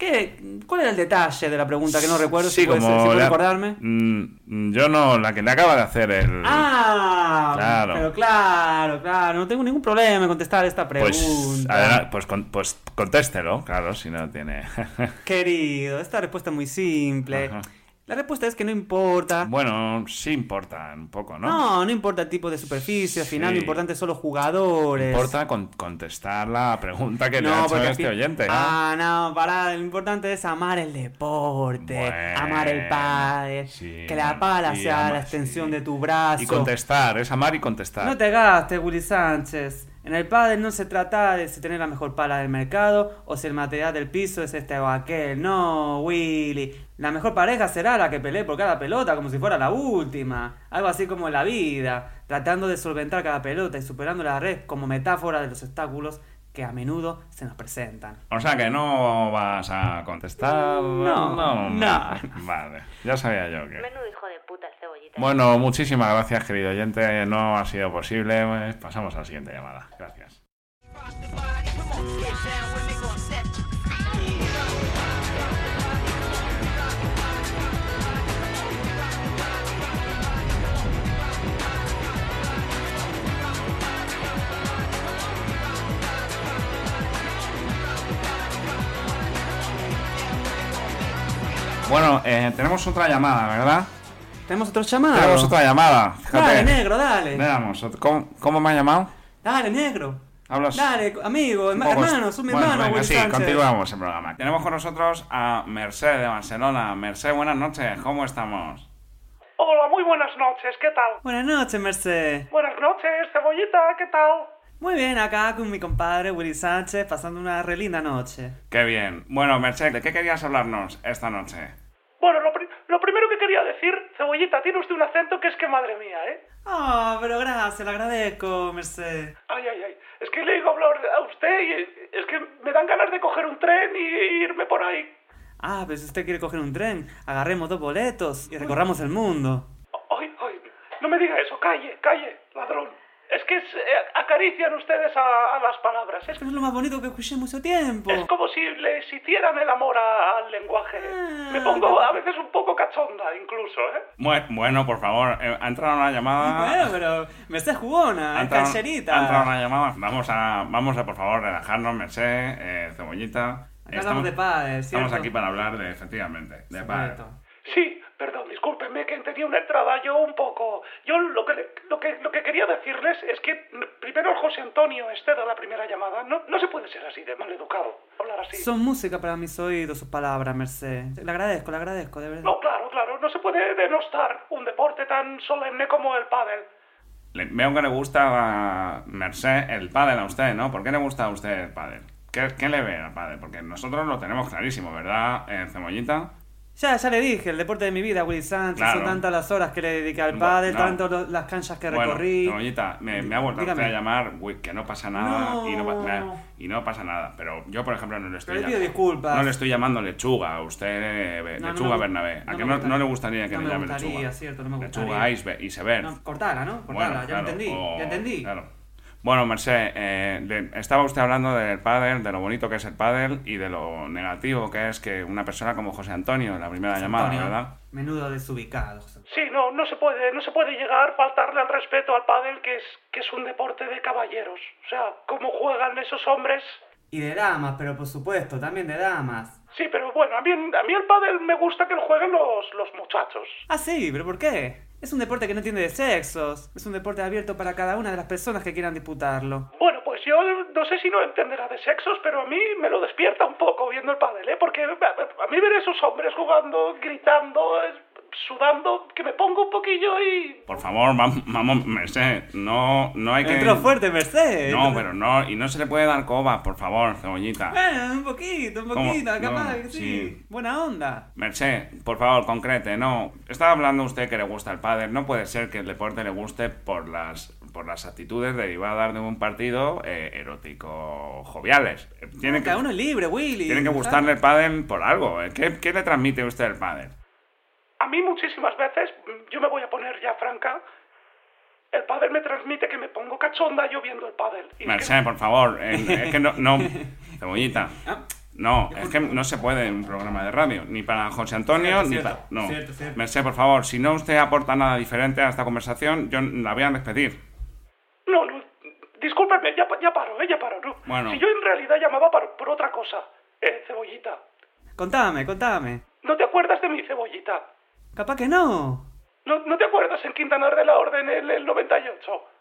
S5: ¿Qué, ¿Cuál era el detalle de la pregunta que no recuerdo? si puede ser- si puede
S1: la-
S5: recordarme.
S1: Mm, yo no, la que le acaba de hacer el...
S5: Ah,
S1: Claro.
S5: pero claro, claro, no tengo ningún problema en contestar esta pregunta.
S1: Pues, adela- pues, con- pues contéstelo, claro, si no tiene...
S5: Querido, esta respuesta es muy simple.
S1: Ajá.
S5: La respuesta es que no importa.
S1: bueno, sí importa un poco, ¿no?
S5: no, no importa el tipo de superficie, al final
S1: Sí.
S5: lo importante son los jugadores.
S1: Importa con- contestar la pregunta que le ha hecho
S5: porque al
S1: este
S5: fin-
S1: oyente. ¿no?
S5: Ah, no, pará. Lo importante es amar el deporte,
S1: Bueno,
S5: amar el padre,
S1: sí,
S5: que la pala
S1: y
S5: sea
S1: ama-
S5: la extensión
S1: sí.
S5: de tu brazo.
S1: Y contestar, es amar y contestar.
S5: No te gastes, Willy Sánchez. En el pádel no se trata de si tener la mejor pala del mercado o si el material del piso es este o aquel. No, Willy. La mejor pareja será la que pelee por cada pelota como si fuera la última. Algo así como en la vida, tratando de solventar cada pelota y superando la red como metáfora de los obstáculos que a menudo se nos presentan.
S1: O sea que no vas a contestar.
S5: No, no.
S1: Vale, ya sabía yo que.
S8: Menudo hijo de puta el Cebollita.
S1: Bueno, muchísimas gracias, querido oyente. No ha sido posible. Pues Pasamos a la siguiente llamada. Gracias. Bueno, eh, tenemos otra llamada, ¿verdad?
S5: ¿Tenemos otro llamado?
S1: Tenemos otra llamada.
S5: Dale,
S1: Fíjate.
S5: negro, dale.
S1: Veamos, ot- ¿Cómo, cómo me ha llamado?
S5: Dale, negro.
S1: Hablas.
S5: Dale, amigo,
S1: Un
S5: herma-
S1: poco-
S5: hermano, sube
S1: Bueno,
S5: hermano,
S1: venga,
S5: Willy
S1: sí,
S5: Sánchez.
S1: continuamos el programa. Tenemos con nosotros a Merced de Barcelona. Merced, buenas noches. ¿Cómo estamos?
S9: Hola, muy buenas noches, ¿qué tal?
S5: Buenas noches, Merced.
S9: Buenas noches, cebollita, ¿qué tal?
S5: Muy bien, acá con mi compadre Willy Sánchez pasando una re linda noche.
S1: Qué bien. Bueno, Merced, ¿de qué querías hablarnos esta noche?
S9: Bueno, lo, pri- lo primero que quería decir, cebollita, tiene usted un acento que es que madre mía, ¿eh?
S5: Ah, pero gracias, le agradezco, Merced.
S9: Ay, ay, ay, es que le digo hablar a usted y eh, es que me dan ganas de coger un tren y e irme por ahí.
S5: Ah, pero si usted quiere coger un tren, agarremos dos boletos y recorramos el mundo.
S9: Ay, ay, no me diga eso, calle, calle, ladrón. Es que es- eh, acarician ustedes a, a las palabras, ¿eh? es,
S5: Pero es lo más bonito que escuché en mucho tiempo.
S9: es como si les hicieran el amor a- al lenguaje. Me pongo a veces un poco cachonda, incluso, ¿eh?
S1: Mu- Bueno, por favor, eh, ha entrado una
S5: Ah, Bueno,
S1: llamada.
S5: pero Merced es jugona,
S1: Ha
S5: es
S1: entrado-
S5: cancherita.
S1: Ha entrado una llamada. Vamos a, vamos a por favor, relajarnos, Merced, eh, Cebollita.
S5: Acá hablamos de pádel, ¿cierto?
S1: Estamos aquí para hablar de, efectivamente, de pádel.
S5: Correcto.
S9: Sí,
S6: discúlpenme que tenía una entrada yo un poco. Yo lo que, le- lo que, lo que quería decirles es que mm, primero José Antonio, esta era la primera llamada. No, no se puede ser así de maleducado, hablar así.
S5: Son música para mis oídos sus palabras, Merced. Le agradezco, le agradezco, de verdad.
S6: No, claro, claro, no se puede denostar un deporte tan solemne como el pádel.
S1: Le- veo que le gusta a Merced el pádel a usted, ¿no? ¿Por qué le gusta a usted el pádel? ¿Qué, qué le ve al pádel? Porque nosotros lo tenemos clarísimo, ¿verdad, eh, Cebollita?
S5: Ya, ya le dije, el deporte de mi vida, Willy Santos.
S1: Claro.
S5: Son tantas las horas que le dediqué al
S1: Bu-
S5: padre,
S1: no.
S5: tanto lo- las canchas que
S1: Bueno,
S5: recorrí.
S1: Cebollita, me, me ha vuelto usted
S5: Dígame.
S1: a llamar, uy, que no pasa nada y, no, pa-
S5: No.
S1: y no pasa nada. Pero yo, por ejemplo, no le estoy
S5: Pero le pido
S1: llamando.
S5: disculpas.
S1: No le estoy llamando lechuga a usted, eh,
S5: No, no me
S1: lechuga
S5: gu-
S1: Bernabé. ¿A
S5: no
S1: que
S5: me
S1: no,
S5: gustaría.
S1: no le gustaría que
S5: No
S1: le
S5: me
S1: llame
S5: gustaría,
S1: lechuga?
S5: cierto, no me
S1: Lechuga,
S5: gustaría.
S1: iceberg, iceberg.
S5: No, cortala, ¿no? Cortala,
S1: Bueno,
S5: Pues ya
S1: claro,
S5: entendí,
S1: o-
S5: ya entendí.
S1: claro. Bueno, Merced, eh, le- estaba usted hablando del pádel, de lo bonito que es el pádel y de lo negativo que es que una persona como José Antonio, la primera llamada,
S5: Antonio,
S1: ¿verdad?
S5: Menudo desubicado.
S6: Sí, no, no se puede, no se puede llegar a faltarle al respeto al pádel, que es, que es un deporte de caballeros. O sea, cómo juegan esos hombres.
S5: Y de damas, pero por supuesto, también de damas.
S6: Sí, pero bueno, a mí, a mí el pádel me gusta que lo jueguen los, los muchachos.
S5: Ah, sí, pero ¿por qué? Es un deporte que no tiene de sexos. Es un deporte abierto para cada una de las personas que quieran disputarlo.
S6: Bueno, pues yo no sé si no entenderá de sexos, pero a mí me lo despierta un poco viendo el pádel, ¿eh? Porque a a mí ver a esos hombres jugando, gritando, eh, sudando, que me pongo un poquillo y...
S1: Por favor, vam- vamos, Merced, no, no hay que...
S5: Entró fuerte, Mercedes.
S1: No, pero no, y no se le puede dar coba, por favor, cebollita.
S5: Bueno, un poquito, un
S1: ¿Cómo?
S5: poquito,
S1: No,
S5: capaz que sí.
S1: sí.
S5: Buena onda.
S1: Merced, por favor, concrete, no. Estaba hablando usted que le gusta el pádel. No puede ser que el deporte le guste por las, por las actitudes derivadas de un partido eh, erótico joviales. Eh, Tiene
S5: No, Cada uno es libre, Willy.
S1: Tiene que
S5: ¿sabes?
S1: gustarle el pádel por algo. ¿eh? ¿Qué, qué le transmite usted el pádel?
S6: A mí muchísimas veces, mm, yo me voy a poner ya franca, el pádel me transmite que me pongo cachonda yo viendo el pádel. Y
S1: Merced, por favor. eh, es que no... no. Cebollita.
S5: Ah,
S1: No, es que no se puede en un programa de radio. Ni para José Antonio,
S5: Cierto,
S1: ni
S5: cierto,
S1: para... No.
S5: cierto, cierto.
S1: Merced, por favor, si no usted aporta nada diferente a esta conversación, yo la voy a despedir.
S6: No, no, discúlpeme, ya, pa- ya paro, ¿eh? Ya paro, ¿no?
S1: Bueno.
S6: Si yo en realidad llamaba para- por otra cosa, eh, cebollita.
S5: Contame, contame.
S6: ¿No te acuerdas de mi cebollita?
S5: Capaz que no.
S6: ¿No, no te acuerdas en Quintanar de la Orden en el 98,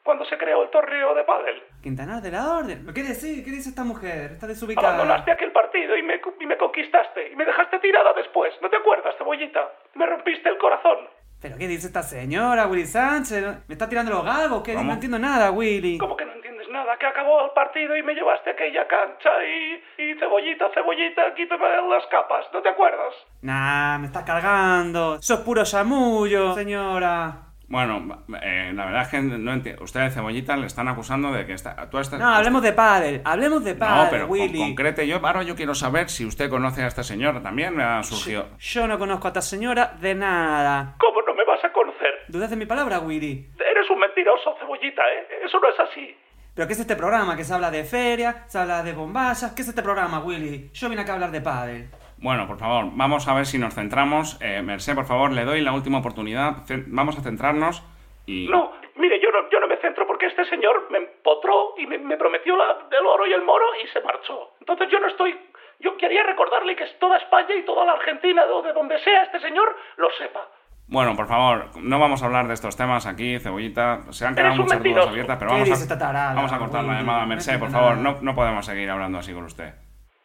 S6: cuando se creó el torneo de pádel?
S5: Quintanar de la Orden. ¿Pero ¿Qué decir? ¿Qué dice esta mujer? Está desubicada.
S6: Abandonaste aquel partido y me, y me conquistaste, y me dejaste tirada después, ¿no te acuerdas, cebollita? Me rompiste el corazón.
S5: ¿Pero qué dice esta señora, Willy Sánchez? ¿Me está tirando los galgos? ¿Qué?
S1: ¿Cómo?
S5: No entiendo nada, Willy.
S6: ¿Cómo que no entiendes nada? Que acabó el partido y me llevaste a aquella cancha y, y cebollita, cebollita, quítame las capas, ¿no te acuerdas?
S5: Nah, me estás cargando. Sos puro chamullo, señora.
S1: Bueno, eh, la verdad es que no entiendo. Ustedes, Cebollita, le están acusando de que está... Tú estás,
S5: No, hablemos de pádel. Hablemos de pádel,
S1: No, pero con-
S5: Willy.
S1: concrete yo, ahora yo quiero saber si usted conoce a esta señora también, me ha surgido.
S5: Yo no conozco a esta señora de nada.
S6: ¿Cómo no me vas a conocer?
S5: ¿Dudas de mi palabra, Willy?
S6: Eres un mentiroso, cebollita, ¿eh? Eso no es así.
S5: ¿Pero qué es este programa? Que se habla de feria, se habla de bombayas. ¿Qué es este programa, Willy? Yo vine acá a hablar de pádel.
S1: Bueno, por favor, vamos a ver si nos centramos. Eh, Merced, por favor, le doy la última oportunidad. Ce- Vamos a centrarnos y...
S6: No, mire, yo no, yo no me centro porque este señor me empotró y me, me prometió la- el oro y el moro y se marchó. Entonces yo no estoy... Yo quería recordarle que es toda España y toda la Argentina, o de donde sea este señor, lo sepa.
S1: Bueno, por favor, no vamos a hablar de estos temas aquí, Cebollita. Se han quedado
S6: Eres un
S1: muchas dudas
S6: mentiroso.
S1: abiertas, pero
S5: ¿Qué
S1: vamos
S5: dice
S1: a,
S5: esta tarada?
S1: vamos a cortar la
S5: Uy,
S1: llamada.
S5: no
S1: Merced,
S5: entiendo
S1: por favor,
S5: nada.
S1: no, no podemos seguir hablando así con usted.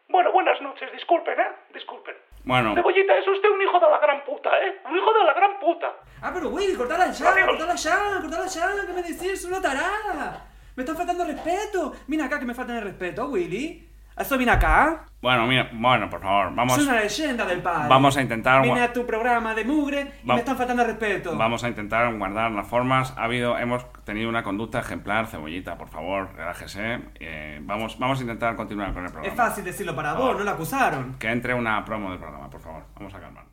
S6: Bueno, buenas noches, disculpen, ¿eh? Disculpen.
S1: Bueno,
S6: Cebollita, es usted un hijo de la gran puta, ¿eh? Un hijo de la gran puta.
S5: Ah, pero Willy, cortala ya,
S6: Adiós.
S5: cortala ya, cortala ya. ¿Qué me decís? Es una tarada. Me están faltando respeto. Mira acá que me faltan el respeto, Willy. ¿A ¿Eso vine acá?
S1: bueno, mira, bueno, por favor, vamos,
S5: Soy una leyenda del pádel.
S1: vamos a intentar...
S5: Vine a tu programa de mugre y
S1: Va-
S5: me están faltando el respeto.
S1: Vamos a intentar guardar las formas. Ha habido, hemos tenido una conducta ejemplar, cebollita, por favor, relájese. Eh, vamos, vamos a intentar continuar con el programa.
S5: Es fácil decirlo para vos, no la acusaron.
S1: Que entre una promo del programa, por favor. Vamos a calmar.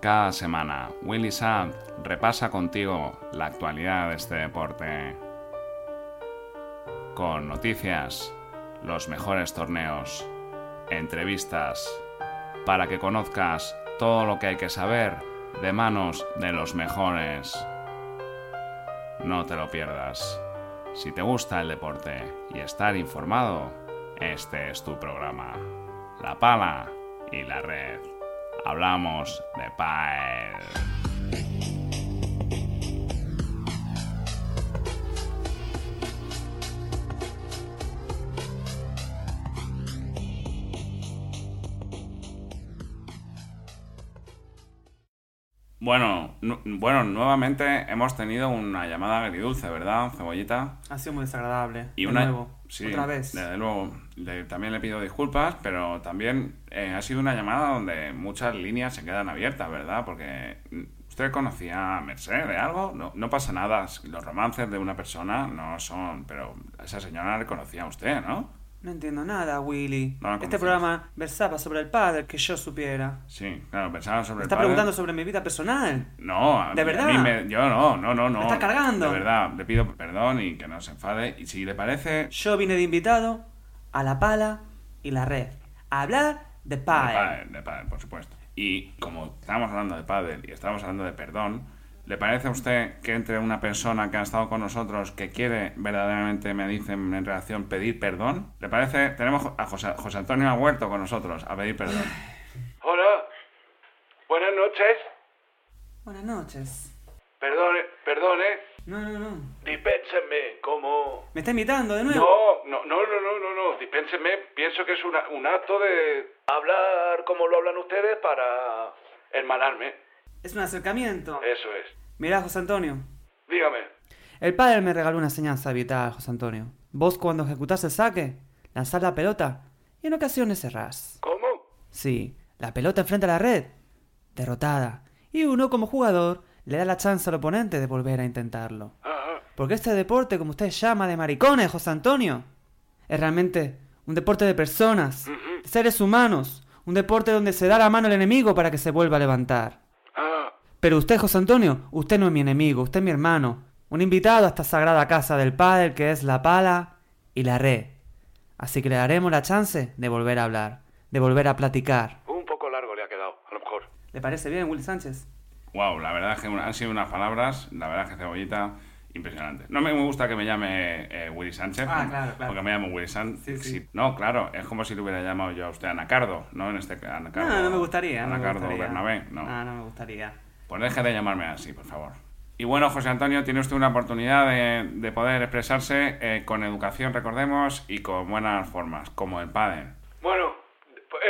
S1: Cada semana, Willy Saab repasa contigo la actualidad de este deporte. Con noticias, los mejores torneos, entrevistas, para que conozcas todo lo que hay que saber de manos de los mejores. No te lo pierdas. Si te gusta el deporte y estar informado, este es tu programa. La pala y la red. hablamos de pádel. Bueno, nu- bueno, nuevamente hemos tenido una llamada agridulce, ¿verdad, Cebollita?
S5: Ha sido muy desagradable.
S1: Y
S5: de
S1: una,
S5: nuevo.
S1: sí,
S5: Otra vez.
S1: Desde luego, Le- también le pido disculpas, pero también eh, ha sido una llamada donde muchas líneas se quedan abiertas, ¿verdad? Porque mm, usted conocía a Merced de algo, no, no pasa nada, s- los romances de una persona no son, pero a esa señora le conocía a usted, ¿no?
S5: No entiendo nada, Willy.
S1: No la
S5: este
S1: conocías.
S5: programa versaba sobre el padre que yo supiera.
S1: Sí, claro, pensaba sobre
S5: Me
S1: el
S5: está
S1: padre.
S5: preguntando sobre mi vida personal.
S1: No, a
S5: ¿De
S1: mí- a
S5: verdad?
S1: mí me- yo no, no, no, no.
S5: está cargando.
S1: De verdad, le pido perdón y que no se enfade. Y si le parece,
S5: Yo vine de invitado a la pala y la red. A hablar de
S1: De
S5: padre.
S1: pádel, de pádel, por supuesto. Y como estábamos hablando de pádel y estábamos hablando de perdón, ¿le parece a usted que entre una persona que ha estado con nosotros que quiere verdaderamente, me dicen en relación, pedir perdón? ¿Le parece? Tenemos a José, José Antonio Huerto con nosotros a pedir perdón.
S6: Hola. Buenas noches.
S5: Buenas noches.
S6: Perdone, perdone.
S5: No, no, no.
S6: Dispénsenme, como...
S5: Me está invitando de nuevo.
S6: No, no, no, no, no, no, no. Dispénsenme. Pienso que es una- un acto de hablar como lo hablan ustedes para hermanarme.
S5: Es un acercamiento.
S6: Eso es.
S5: Mirá, José Antonio.
S6: Dígame.
S5: El padre me regaló una enseñanza vital, José Antonio. Vos cuando ejecutás el saque, lanzás la pelota y en ocasiones cerrás.
S6: ¿Cómo?
S5: Sí, la pelota enfrente a la red, derrotada. Y uno como jugador le da la chance al oponente de volver a intentarlo. Porque este deporte, como usted llama, de maricones, José Antonio, es realmente un deporte de personas, de seres humanos, un deporte donde se da la mano al enemigo para que se vuelva a levantar. Pero usted, José Antonio, usted no es mi enemigo, usted es mi hermano, un invitado a esta sagrada casa del padre que es la pala y la red. Así que le daremos la chance de volver a hablar, de volver a platicar.
S6: Un poco largo le ha quedado, a lo mejor.
S5: ¿Le parece bien, Willy Sánchez?
S1: Wow, la verdad es que una- han sido unas palabras, la verdad es que cebollita, impresionante. No me gusta que me llame eh, Willy Sánchez,
S5: Ah,
S1: ¿no?
S5: claro, claro.
S1: porque me llamo Willy Sánchez.
S5: Sí, sí.
S1: No, claro, es como si le hubiera llamado yo a usted Anacardo, ¿no? En este Anacardo.
S5: no, no me gustaría. no me
S1: Anacardo
S5: gustaría.
S1: Bernabé, no.
S5: Ah, no me gustaría.
S1: Pues deje de llamarme así, por favor. Y bueno, José Antonio, tiene usted una oportunidad de, de poder expresarse eh, con educación, recordemos, y con buenas formas, como el padre.
S6: Bueno,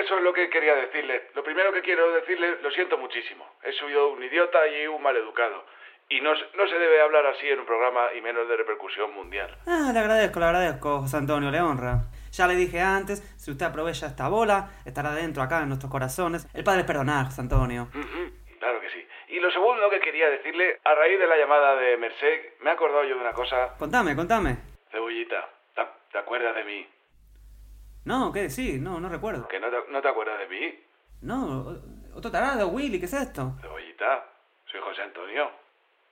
S6: eso es lo que quería decirle. Lo primero que quiero decirle, lo siento muchísimo. He sido un idiota y un maleducado. Y no, se- no se debe hablar así en un programa y menos de repercusión mundial.
S5: Ah, le agradezco, le agradezco, José Antonio, le honra. Ya le dije antes, si usted aprovecha esta bola, estará dentro acá en nuestros corazones. El padre es perdonar, José Antonio.
S6: Ujú, Claro que sí. Y lo segundo que quería decirle, a raíz de la llamada de Merced, me he acordado yo de una cosa.
S5: Contame, contame.
S6: Cebollita, ¿te, te acuerdas de mí?
S5: No, ¿qué decir? No, no recuerdo.
S6: ¿Que no te, no te acuerdas de mí?
S5: No, o- otro tarado, Willy, ¿qué es esto?
S6: Cebollita, soy José Antonio.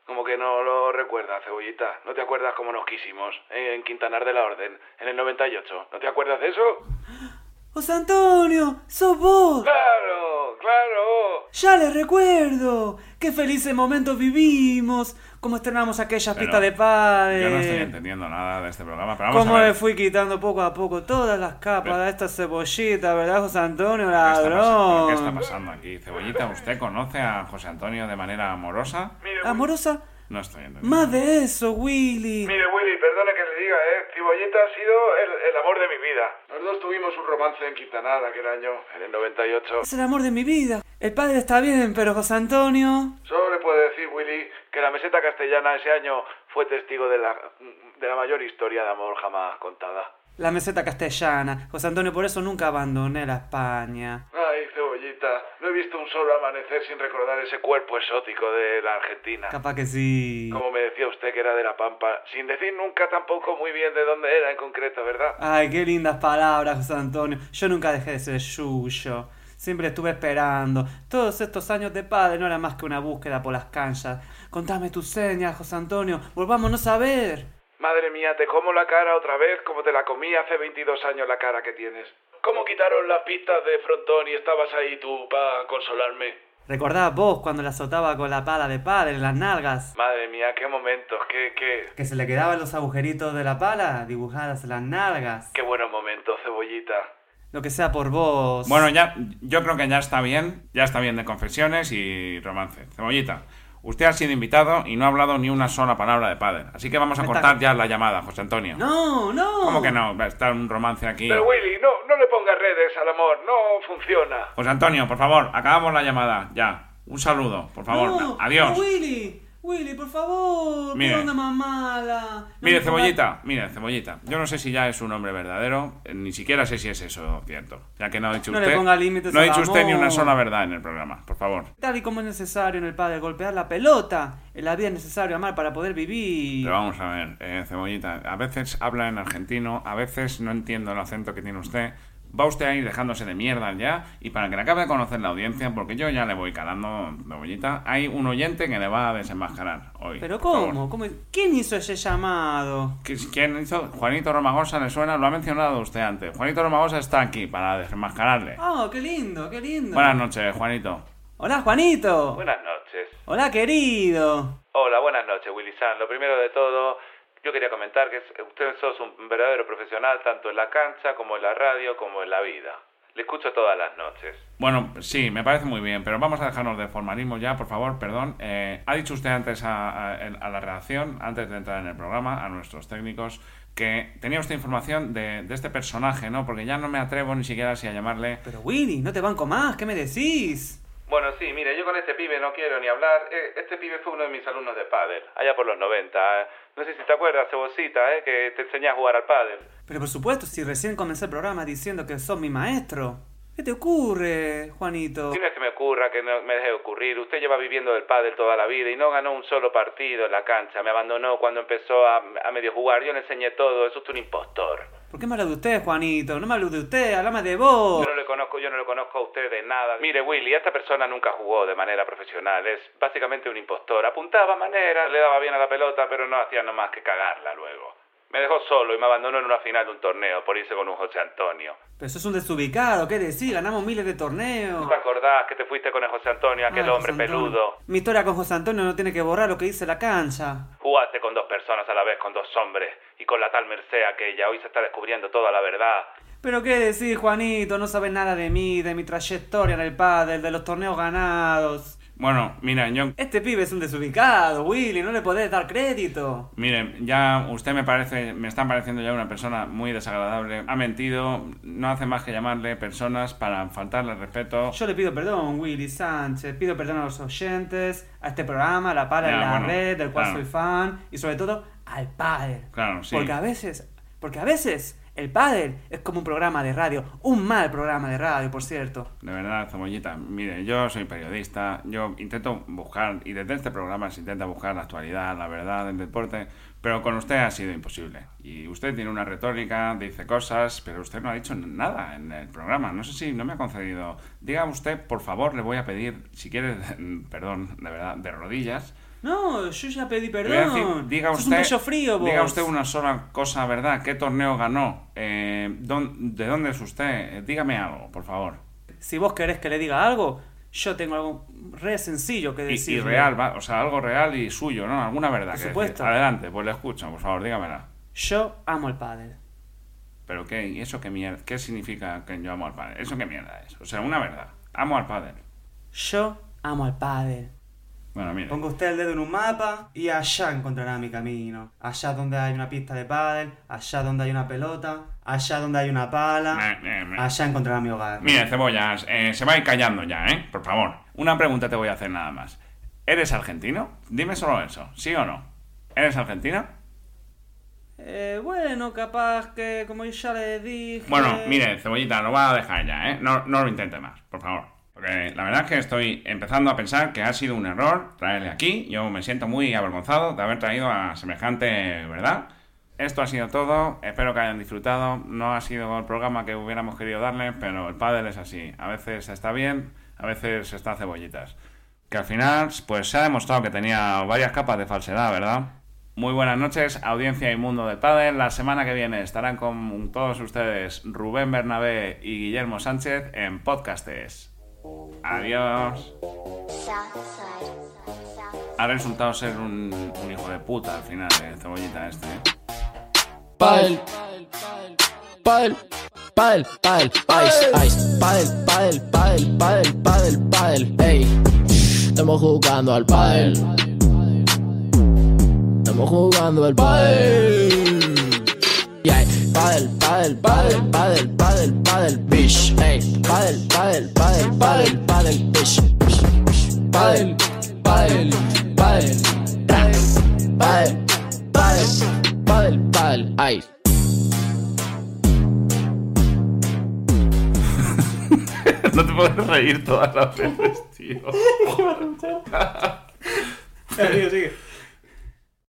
S6: Como que no lo recuerdas, Cebollita. ¿No te acuerdas cómo nos quisimos eh, en Quintanar de la Orden, en el 98? ¿No te acuerdas de eso?
S5: ¡José Antonio! ¡Sos vos!
S6: ¡Claro! ¡Claro!
S5: ¡Ya les recuerdo! ¡Qué felices momentos vivimos! ¿Cómo estrenamos aquellas
S1: Pero
S5: pistas de padre?
S1: Yo no estoy entendiendo nada de este programa, pero vamos
S5: Eh, ¿Cómo
S1: a
S5: le
S1: ver.
S5: fui quitando poco a poco todas las capas
S1: Pero-
S5: a esta cebollita, verdad, José Antonio,
S1: ¿Qué está pasando? ¿Qué está
S5: ladrón?
S1: pasando aquí? Cebollita, ¿usted conoce a José Antonio de manera amorosa?
S5: Amorosa,
S1: No estoy entendiendo.
S5: más de eso, Willy.
S6: Mire, Willy, perdone que le diga, ¿eh? Cibolleta ha sido el, el amor de mi vida. Los dos tuvimos un romance en Quintanar aquel año, en el 98.
S5: Es el amor de mi vida. El padre está bien, pero José Antonio.
S6: Solo le puedo decir, Willy, que la meseta castellana ese año fue testigo de la, de la mayor historia de amor jamás contada.
S5: La meseta castellana. José Antonio, por eso nunca abandoné la España.
S6: Ay, cebollita, no he visto un solo amanecer sin recordar ese cuerpo exótico de la Argentina.
S5: Capaz que sí.
S6: Como me decía usted que era de La Pampa, sin decir nunca tampoco muy bien de dónde era en concreto, ¿verdad?
S5: Ay, qué lindas palabras, José Antonio. Yo nunca dejé de ser yuyo. Siempre estuve esperando. Todos estos años de padre no era más que una búsqueda por las canchas. Contame tus señas, José Antonio. Volvámonos a ver.
S6: Madre mía, te como la cara otra vez como te la comí hace 22 años la cara que tienes. ¿Cómo quitaron las pistas de frontón y estabas ahí tú para consolarme?
S5: ¿Recordás vos cuando la azotaba con la pala de padre en las nalgas?
S6: Madre mía, qué momentos, qué, qué,
S5: Que se le quedaban los agujeritos de la pala dibujadas en las nalgas.
S6: qué buenos momentos, cebollita.
S5: Lo que sea por vos.
S1: Bueno, ya, yo creo que ya está bien, ya está bien de confesiones y romance. Cebollita, usted ha sido invitado y no ha hablado ni una sola palabra de padre. Así que vamos a
S5: Me
S1: cortar
S5: taca.
S1: ya la llamada, José Antonio.
S5: No, no.
S1: ¿Cómo que no? Va a estar un romance aquí.
S6: Pero Willy, no, no le pongas redes al amor, no funciona.
S1: José Antonio, por favor, acabamos la llamada, ya. Un saludo, por favor.
S5: No,
S1: Adiós.
S5: no, Willy, Willy, por favor.
S1: Mire.
S5: ¿Qué onda más mala? No
S1: Mire,
S5: me
S1: Cebollita, mire, Cebollita. Yo no sé si ya es un hombre verdadero, eh, ni siquiera sé si es eso cierto. Ya que no ha dicho
S5: No le
S1: usted.
S5: ponga límites
S1: no ha
S5: al
S1: dicho usted ni una
S5: amor.
S1: sola verdad en el programa, por favor.
S5: Tal y como es necesario en el padre golpear la pelota, en la vida es necesario amar para poder vivir.
S1: Pero vamos a ver, eh, Cebollita, a veces habla en argentino, a veces no entiendo el acento que tiene usted. Va usted a ir dejándose de mierda ya, y para que le acabe de conocer la audiencia, porque yo ya le voy calando, Cebollita, hay un oyente que le va a desenmascarar hoy.
S5: ¿Pero
S1: por favor.
S5: cómo? ¿Cómo? ¿Quién hizo ese llamado?
S1: ¿Qui- ¿Quién hizo? Juanito Romagosa le suena, lo ha mencionado usted antes. Juanito Romagosa está aquí para desenmascararle.
S5: Oh, qué lindo, qué lindo.
S1: Buenas noches, Juanito.
S5: Hola, Juanito.
S6: Buenas noches.
S5: Hola, querido.
S6: Hola, buenas noches, Willy San. Lo primero de todo, yo quería comentar que usted sos un verdadero profesional tanto en la cancha como en la radio como en la vida. Le escucho todas las noches.
S1: Bueno, sí, me parece muy bien, pero vamos a dejarnos de formalismo ya, por favor, perdón. Eh, ha dicho usted antes a, a- a la redacción, antes de entrar en el programa, a nuestros técnicos, que tenía usted información de, de este personaje, ¿no? Porque ya no me atrevo ni siquiera si a llamarle...
S5: Pero Willy, no te banco más, ¿qué me decís?
S6: Bueno, sí, mire, yo con este pibe no quiero ni hablar. Eh, Este pibe fue uno de mis alumnos de pádel, allá por los 90. eh. No sé si te acuerdas, Cebosita, eh, que te enseñé a jugar al pádel.
S5: Pero por supuesto, si recién comencé el programa diciendo que sos mi maestro. ¿Qué te ocurre, Juanito?
S6: Si no es que me ocurra, que no me deje ocurrir. Usted lleva viviendo del pádel toda la vida y no ganó un solo partido en la cancha. Me abandonó cuando empezó a, a medio jugar. Yo le enseñé todo. Es usted un impostor.
S5: ¿Por qué me hablas de usted, Juanito? No me hablas de usted, hablame de vos.
S6: Yo no le conozco, yo no le conozco a usted de nada. Mire, Willy, esta persona nunca jugó de manera profesional. Es básicamente un impostor. Apuntaba manera, le daba bien a la pelota, pero no hacía nomás que cagarla luego. Me dejó solo y me abandonó en una final de un torneo por irse con un José Antonio.
S5: Pero sos un desubicado, ¿qué decís? Ganamos miles de torneos.
S6: ¿Te acordás que te fuiste con el José Antonio, aquel
S5: Ay,
S6: hombre
S5: Ah, José Antonio.
S6: peludo?
S5: Mi historia con José Antonio no tiene que borrar lo que hice en la cancha.
S6: Jugaste con dos personas a la vez, con dos hombres, y con la tal Merced aquella. Hoy se está descubriendo toda la verdad.
S5: Pero qué decir, Juanito, no sabes nada de mí, de mi trayectoria en el pádel, de los torneos ganados.
S1: Bueno, mira, yo...
S5: Este pibe es un desubicado, Willy, no le podés dar crédito.
S1: Mire, ya usted me parece, me está pareciendo ya una persona muy desagradable. Ha mentido, no hace más que llamarle personas para faltarle al respeto.
S5: Yo le pido perdón, Willy Sánchez, pido perdón a los oyentes, a este programa, a la pala
S1: Ya,
S5: en la
S1: bueno,
S5: red, del cual
S1: claro.
S5: soy fan, y sobre todo al pádel.
S1: Claro, sí.
S5: Porque a veces, porque a veces el pádel es como un programa de radio, un mal programa de radio, por cierto.
S1: De verdad, Cebollita, mire, yo soy periodista, yo intento buscar, y desde este programa se intenta buscar la actualidad, la verdad del deporte, pero con usted ha sido imposible. Y usted tiene una retórica, dice cosas, pero usted no ha dicho nada en el programa. No sé si no me ha concedido. Diga usted, por favor, le voy a pedir, si quiere, perdón, de verdad, de rodillas.
S5: No, yo ya pedí
S1: le voy a decir,
S5: perdón.
S1: diga
S5: Sos
S1: usted,
S5: un pecho frío, vos.
S1: diga usted una sola cosa, ¿verdad? ¿Qué torneo ganó? Eh, ¿dón- ¿De dónde es usted? Eh, dígame algo, por favor.
S5: Si vos querés que le diga algo, yo tengo algo re sencillo que
S1: Y-
S5: decir.
S1: Y real, va- o sea, algo real y suyo, ¿no? Alguna verdad.
S5: Por
S1: que
S5: supuesto.
S1: decir. Adelante, pues le escucho, por favor, dígamela.
S5: Yo amo el pádel.
S1: Pero qué, ¿y eso qué mierda? ¿Qué significa que yo amo al padre? ¿Eso qué mierda es? O sea, una verdad. Amo al padre.
S5: Yo amo al pádel.
S1: Bueno, mire.
S5: Ponga usted el dedo en un mapa y allá encontrará mi camino. Allá donde hay una pista de pádel, allá donde hay una pelota, allá donde hay una pala,
S1: Me- me- me-
S5: allá encontrará mi hogar.
S1: Mire, cebollas, eh, se va a ir callando ya, ¿eh? Por favor. Una pregunta te voy a hacer nada más. ¿Eres argentino? Dime solo eso, ¿sí o no? ¿Eres argentino?
S5: Eh, bueno, capaz que como yo ya le dije...
S1: Bueno, mire, cebollita, lo va a dejar ya, ¿eh? No, no lo intente más, por favor. Porque la verdad es que estoy empezando a pensar que ha sido un error traerle aquí. Yo me siento muy avergonzado de haber traído a semejante, ¿verdad? Esto ha sido todo, espero que hayan disfrutado. No ha sido el programa que hubiéramos querido darles, pero el pádel es así. A veces está bien, a veces está cebollitas. Que al final, pues se ha demostrado que tenía varias capas de falsedad, ¿verdad? Muy buenas noches, audiencia y mundo del pádel. La semana que viene estarán con todos ustedes Rubén Bernabé y Guillermo Sánchez en Podcastes. Adiós. Ha resultado ser un, un hijo de puta al final, el cebollita este. ¿eh?
S10: Pal, pal, Padel, padel, ice, ice. Padel, padel, padel, padel, padel, padel. Ey, estamos jugando al padel. Estamos jugando al padel. Yeah, padel, padel, padel, padel, padel, padel, bitch. Ey, padel, padel, padel, padel, padel, bitch. Padel, padel, padel, tra. padel, padel, padel, padel, ice.
S1: No te puedes reír todas las veces, tío.
S5: Ya, tío, sigue.